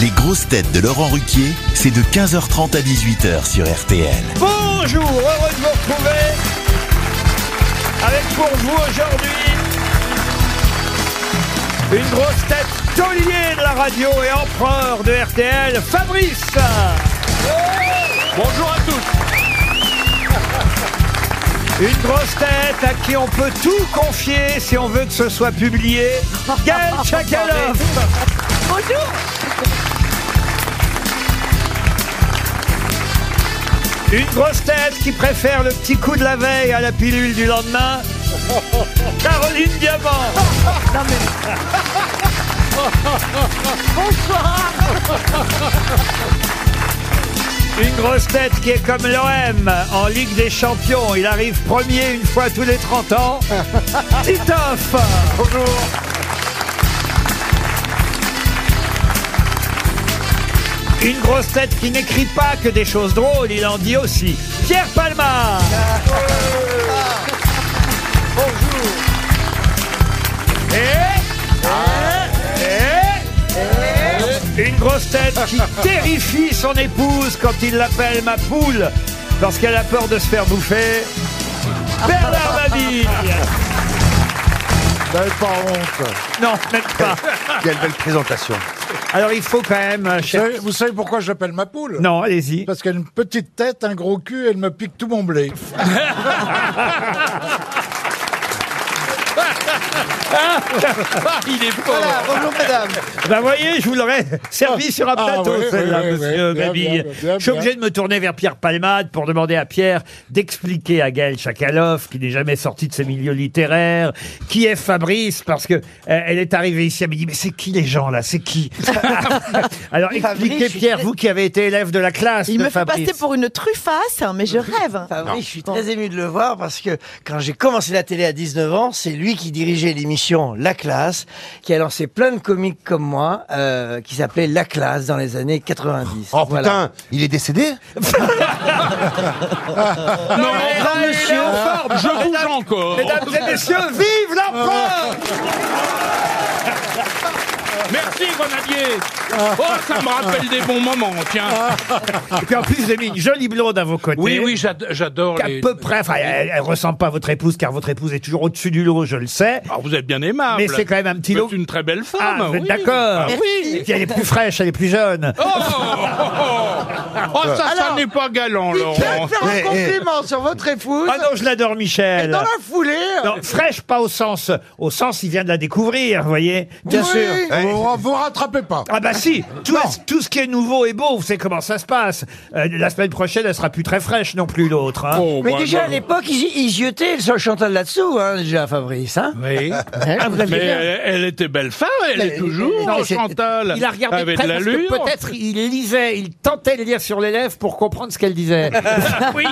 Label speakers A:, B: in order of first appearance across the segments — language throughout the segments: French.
A: Les grosses têtes de Laurent Ruquier, c'est de 15h30 à 18h sur RTL.
B: Bonjour, heureux de vous retrouver avec pour vous aujourd'hui une grosse tête taulier de la radio et empereur de RTL, Fabrice. Bonjour à tous. Une grosse tête à qui on peut tout confier si on veut que ce soit publié, Gaël Tchakaloff.
C: Bonjour
B: Une grosse tête qui préfère le petit coup de la veille à la pilule du lendemain. Caroline Diamant. Une grosse tête qui est comme l'OM en Ligue des Champions. Il arrive premier une fois tous les 30 ans. Titoff. Bonjour. Une grosse tête qui n'écrit pas que des choses drôles, il en dit aussi. Pierre Palma Bonjour Eh, Et eh, Une grosse tête qui terrifie son épouse quand il l'appelle ma poule, lorsqu'elle a peur de se faire bouffer. Bernard Mabille
D: Vous n'avez pas honte.
B: Non, même pas.
E: Quelle belle présentation.
B: Alors il faut quand même... euh,
D: Vous
B: cher-
D: savez, vous savez pourquoi j'appelle ma poule
B: Non, allez-y.
D: Parce qu'elle a une petite tête, un gros cul, elle me pique tout mon blé.
E: Ah,
F: Il est fort.
E: bonjour madame.
B: Ben voyez, je vous l'aurais servi sur un
D: Ah,
B: plateau,
D: oui,
B: celle-là,
D: oui, oui,
B: monsieur
D: oui. Bien,
B: Mabille.
D: bien, bien, bien.
B: Je suis obligé de me tourner vers Pierre Palmade pour demander à Pierre d'expliquer à Gaël Chakaloff, qui n'est jamais sorti de ses milieux littéraires, qui est Fabrice, parce que euh, elle est arrivée ici, elle me dit, mais c'est qui les gens là C'est qui Alors
G: Fabrice,
B: expliquez,
G: je suis
B: Pierre,
G: très-
B: vous qui avez été élève de la classe
C: Il
B: de
C: me fait
B: Fabrice.
C: passer pour une truffasse, mais je rêve.
G: Fabrice, je suis très ému de le voir parce que quand j'ai commencé la télé à 19 ans, c'est lui qui dirigeait l'émission La Classe, qui a lancé plein de comiques comme moi, euh, qui s'appelait La Classe dans les années 90.
E: Oh
G: Voilà.
E: putain, il est décédé
B: Non,
G: grand
B: elle est
G: monsieur.
B: en forme.
F: Je bouge encore.
B: Mesdames et messieurs, vive l'empereur
F: Merci Grenadier. Oh, ça me rappelle des bons moments, tiens.
B: Ah, Et puis en plus, vous avez mis une jolie blonde à vos côtés.
F: Oui, oui, j'ad- j'adore
B: à
F: les.
B: peu près, enfin, elle, elle ressemble pas à votre épouse, car votre épouse est toujours au-dessus du lot, je le sais.
F: Ah, vous êtes bien aimable.
B: Mais c'est quand même un petit lot.
F: C'est une très belle
B: Ah,
F: femme.
B: vous êtes
F: oui.
B: d'accord.
F: Ah, oui.
B: Et puis elle est plus fraîche, elle est plus jeune.
F: Oh, oh, oh. Oh, ça, ça
G: Alors,
F: n'est pas galant,
G: Il vient
F: Laurent.
G: de faire un
E: Eh, eh.
G: compliment sur votre épouse.
B: Ah non, je l'adore,
G: et
B: Michel.
G: dans la foulée,
B: Non, fraîche, pas au sens. Au sens, il vient de la découvrir, vous voyez.
G: bien
D: Oui,
G: sûr.
D: Vous, vous rattrapez pas.
B: Ah bah si, tout, tout ce qui est nouveau est beau, vous savez comment ça se passe. Euh, la semaine prochaine, elle sera plus très fraîche non plus l'autre. hein.
F: Oh,
G: Mais
F: bah,
G: déjà
F: bah,
G: à l'époque, ils, y- ils y jetaient le sol Chantal là-dessous, hein, déjà Fabrice. Hein
F: Oui.
B: Ah,
G: Hein, vous l'aviez
F: Mais
G: bien.
F: elle, elle était belle femme, elle est toujours,
B: Bah,
F: hein,
B: Non, mais c'est-
F: Chantal.
B: Il a regardé
F: avec
B: près
F: de
B: parce que
F: l'allure.
B: peut-être il lisait, il tentait de lire sur les lèvres pour comprendre ce qu'elle disait.
F: Oui,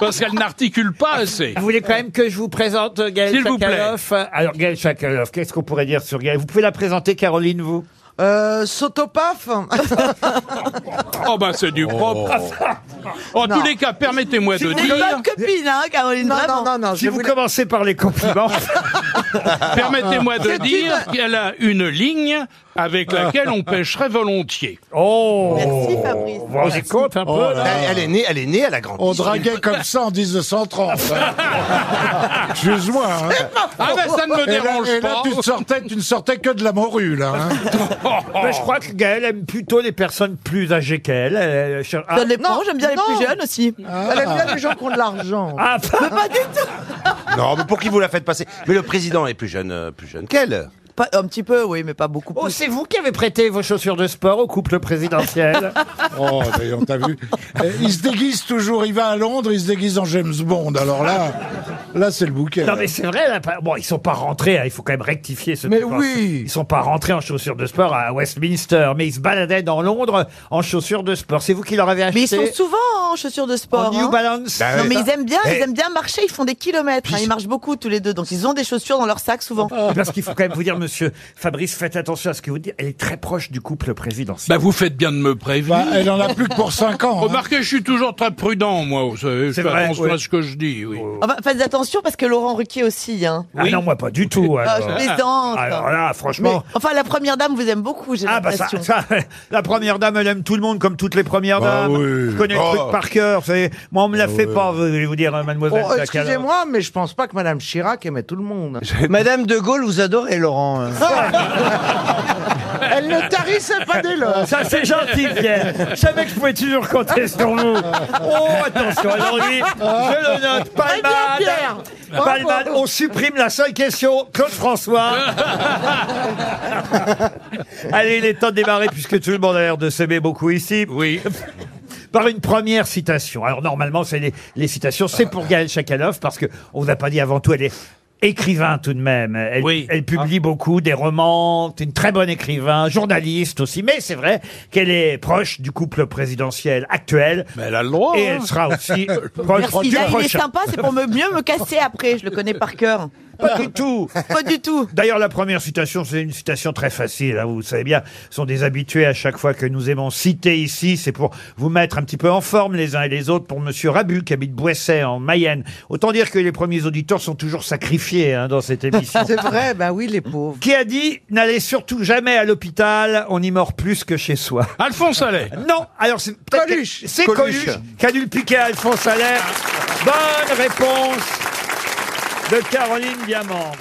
F: parce qu'elle n'articule pas assez.
B: Ah, Vous voulez quand même que je vous présente euh, Gaël
F: S'il vous plaît.
B: Chakaloff Alors Gaël Chakaloff, qu'est-ce qu'on pourrait dire sur Gaël Vous pouvez la présenter Caroline, vous
G: Euh, Sotopaf
F: Oh, bah, c'est du propre. En tous les cas, permettez-moi de
C: Une bonne
F: dire,
C: copine, hein, Caroline
G: Non,
C: vraiment.
G: non, non, non.
B: Si
G: je
B: vous
G: voulais-
B: commencez par les compliments,
F: permettez-moi de dire qu'elle a une ligne avec laquelle on pêcherait volontiers.
B: oh
C: Merci, Fabrice.
B: Vous vous rendez compte un peu
D: Oh
B: là
D: là.
E: elle, elle est née, elle est née, elle a grandi.
D: On draguait comme ça en 1930. Excuse-moi. hein.
F: Ah, bah, ça ne me
D: Et là,
F: dérange
D: et là,
F: pas.
D: tu, ne sortais, tu ne sortais que de la morue, là. hein.
B: Ben, je crois que Gaël aime plutôt les personnes plus âgées qu'elle. Elle, elle cher- ah,
C: Ça dépend,
G: Non,
C: j'aime bien
G: non.
C: les plus jeunes aussi.
G: Elle aime bien les gens qui ont de l'argent.
B: ah, bah,
E: Non, mais pour qui vous la faites passer Mais le président est plus jeune, euh, plus jeune qu'elle.
C: Pas- un petit peu, oui, mais pas beaucoup
B: oh,
C: plus.
B: c'est vous qui avez prêté vos chaussures de sport au couple présidentiel.
D: Oh, d'ailleurs, t'as vu Eh, Il se déguise toujours, il va à Londres, il se déguise en James Bond. Alors là, là c'est le bouquet.
B: non mais c'est vrai, là, pas- bon ils sont pas rentrés, hein, il faut quand même rectifier ce
D: Mais
B: truc. hein.
D: oui.
B: Ils sont pas rentrés en chaussures de sport à Westminster, mais ils se baladaient dans Londres en chaussures de sport. C'est vous qui leur avez
C: Mais
B: acheté
C: ils sont souvent en chaussures de
B: en
C: sport.
B: New
C: hein.
B: Balance
E: Bah,
C: Non,
E: ouais.
C: mais ils aiment bien,
E: Eh.
C: ils aiment bien marcher, ils font des kilomètres. hein, ils marchent beaucoup tous les deux, donc ils ont des chaussures dans leur sac souvent.
B: Oh. Parce qu'il faut quand même vous dire, monsieur Fabrice, faites attention à ce que vous dites. Elle est très proche du couple présidentiel.
F: Bah, vous faites bien de me prévenir.
D: Bah, elle en a plus que pour 5 ans. hein.
F: Remarquez, je suis toujours très prudent, moi. vous savez, Je
B: C'est
F: fais
B: vrai,
F: attention
B: ouais.
F: à ce que je dis, oui.
D: Oh.
C: Ah bah, faites attention parce que Laurent Ruquier aussi. Hein.
B: Ah non, moi pas du tout.
C: Ah,
B: alors.
C: je plaisante.
B: Alors là,
C: Mais-
B: franchement.
C: enfin, la première dame vous aime beaucoup, j'ai
B: Ah bah ça,
C: l'impression.
B: ça, la première dame, elle aime tout le monde comme toutes les premières
D: Bah
B: dames.
D: oui. Bah
B: Je connais le
E: Oh.
B: truc par cœur. vous savez. Moi, on me l'a fait pas, je vais vous dire, hein, mademoiselle.
H: Oh,
B: Sakharov.
H: excusez-moi, mais je pense pas que Madame Chirac aimait tout le monde.
G: Madame de Gaulle, vous adorez, Laurent.
H: hein.
G: euh.
H: Elle ne tarissait pas dès lors.
B: Ça, c'est gentil, Pierre. Je savais que je pouvais toujours compter sur vous. Oh, attention, aujourd'hui, je le note. Palmade. Palmade, on supprime la seule question. Claude François. Allez, il est temps de démarrer puisque tout le monde a l'air de s'aimer beaucoup ici.
F: Oui.
B: Par une première citation. Alors, normalement, c'est les, les citations, c'est pour Gaël Chakalov parce que on vous a pas dit avant tout, elle est écrivain tout de même. Elle,
F: Oui. Ah.
B: elle publie beaucoup des romans, c'est une très bonne écrivain, journaliste aussi, mais c'est vrai qu'elle est proche du couple présidentiel actuel.
F: Mais elle a le droit.
B: Et
F: hein.
B: elle sera aussi proche
C: Merci,
B: du
C: là, il est
B: prochain.
C: sympa, c'est pour me mieux me casser après, je le connais par cœur.
B: Pas du tout.
C: Pas du tout.
B: D'ailleurs, la première citation, c'est une citation très facile. hein, vous savez bien, ce sont des habitués à chaque fois que nous aimons citer ici. C'est pour vous mettre un petit peu en forme les uns et les autres. Pour Monsieur Rabu, qui habite Boisset, en Mayenne. Autant dire que les premiers auditeurs sont toujours sacrifiés hein, dans cette émission.
H: C'est vrai, bah oui, les pauvres.
B: qui a dit « N'allez surtout jamais à l'hôpital, on y mord plus que chez soi
F: Alphonse Allais. ».
B: Non, alors c'est peut-être-
H: Coluche.
B: C'est Coluche,
E: Coluche.
B: qui a dû le piquer à Alphonse Allaire. Bonne réponse de Caroline Diamant.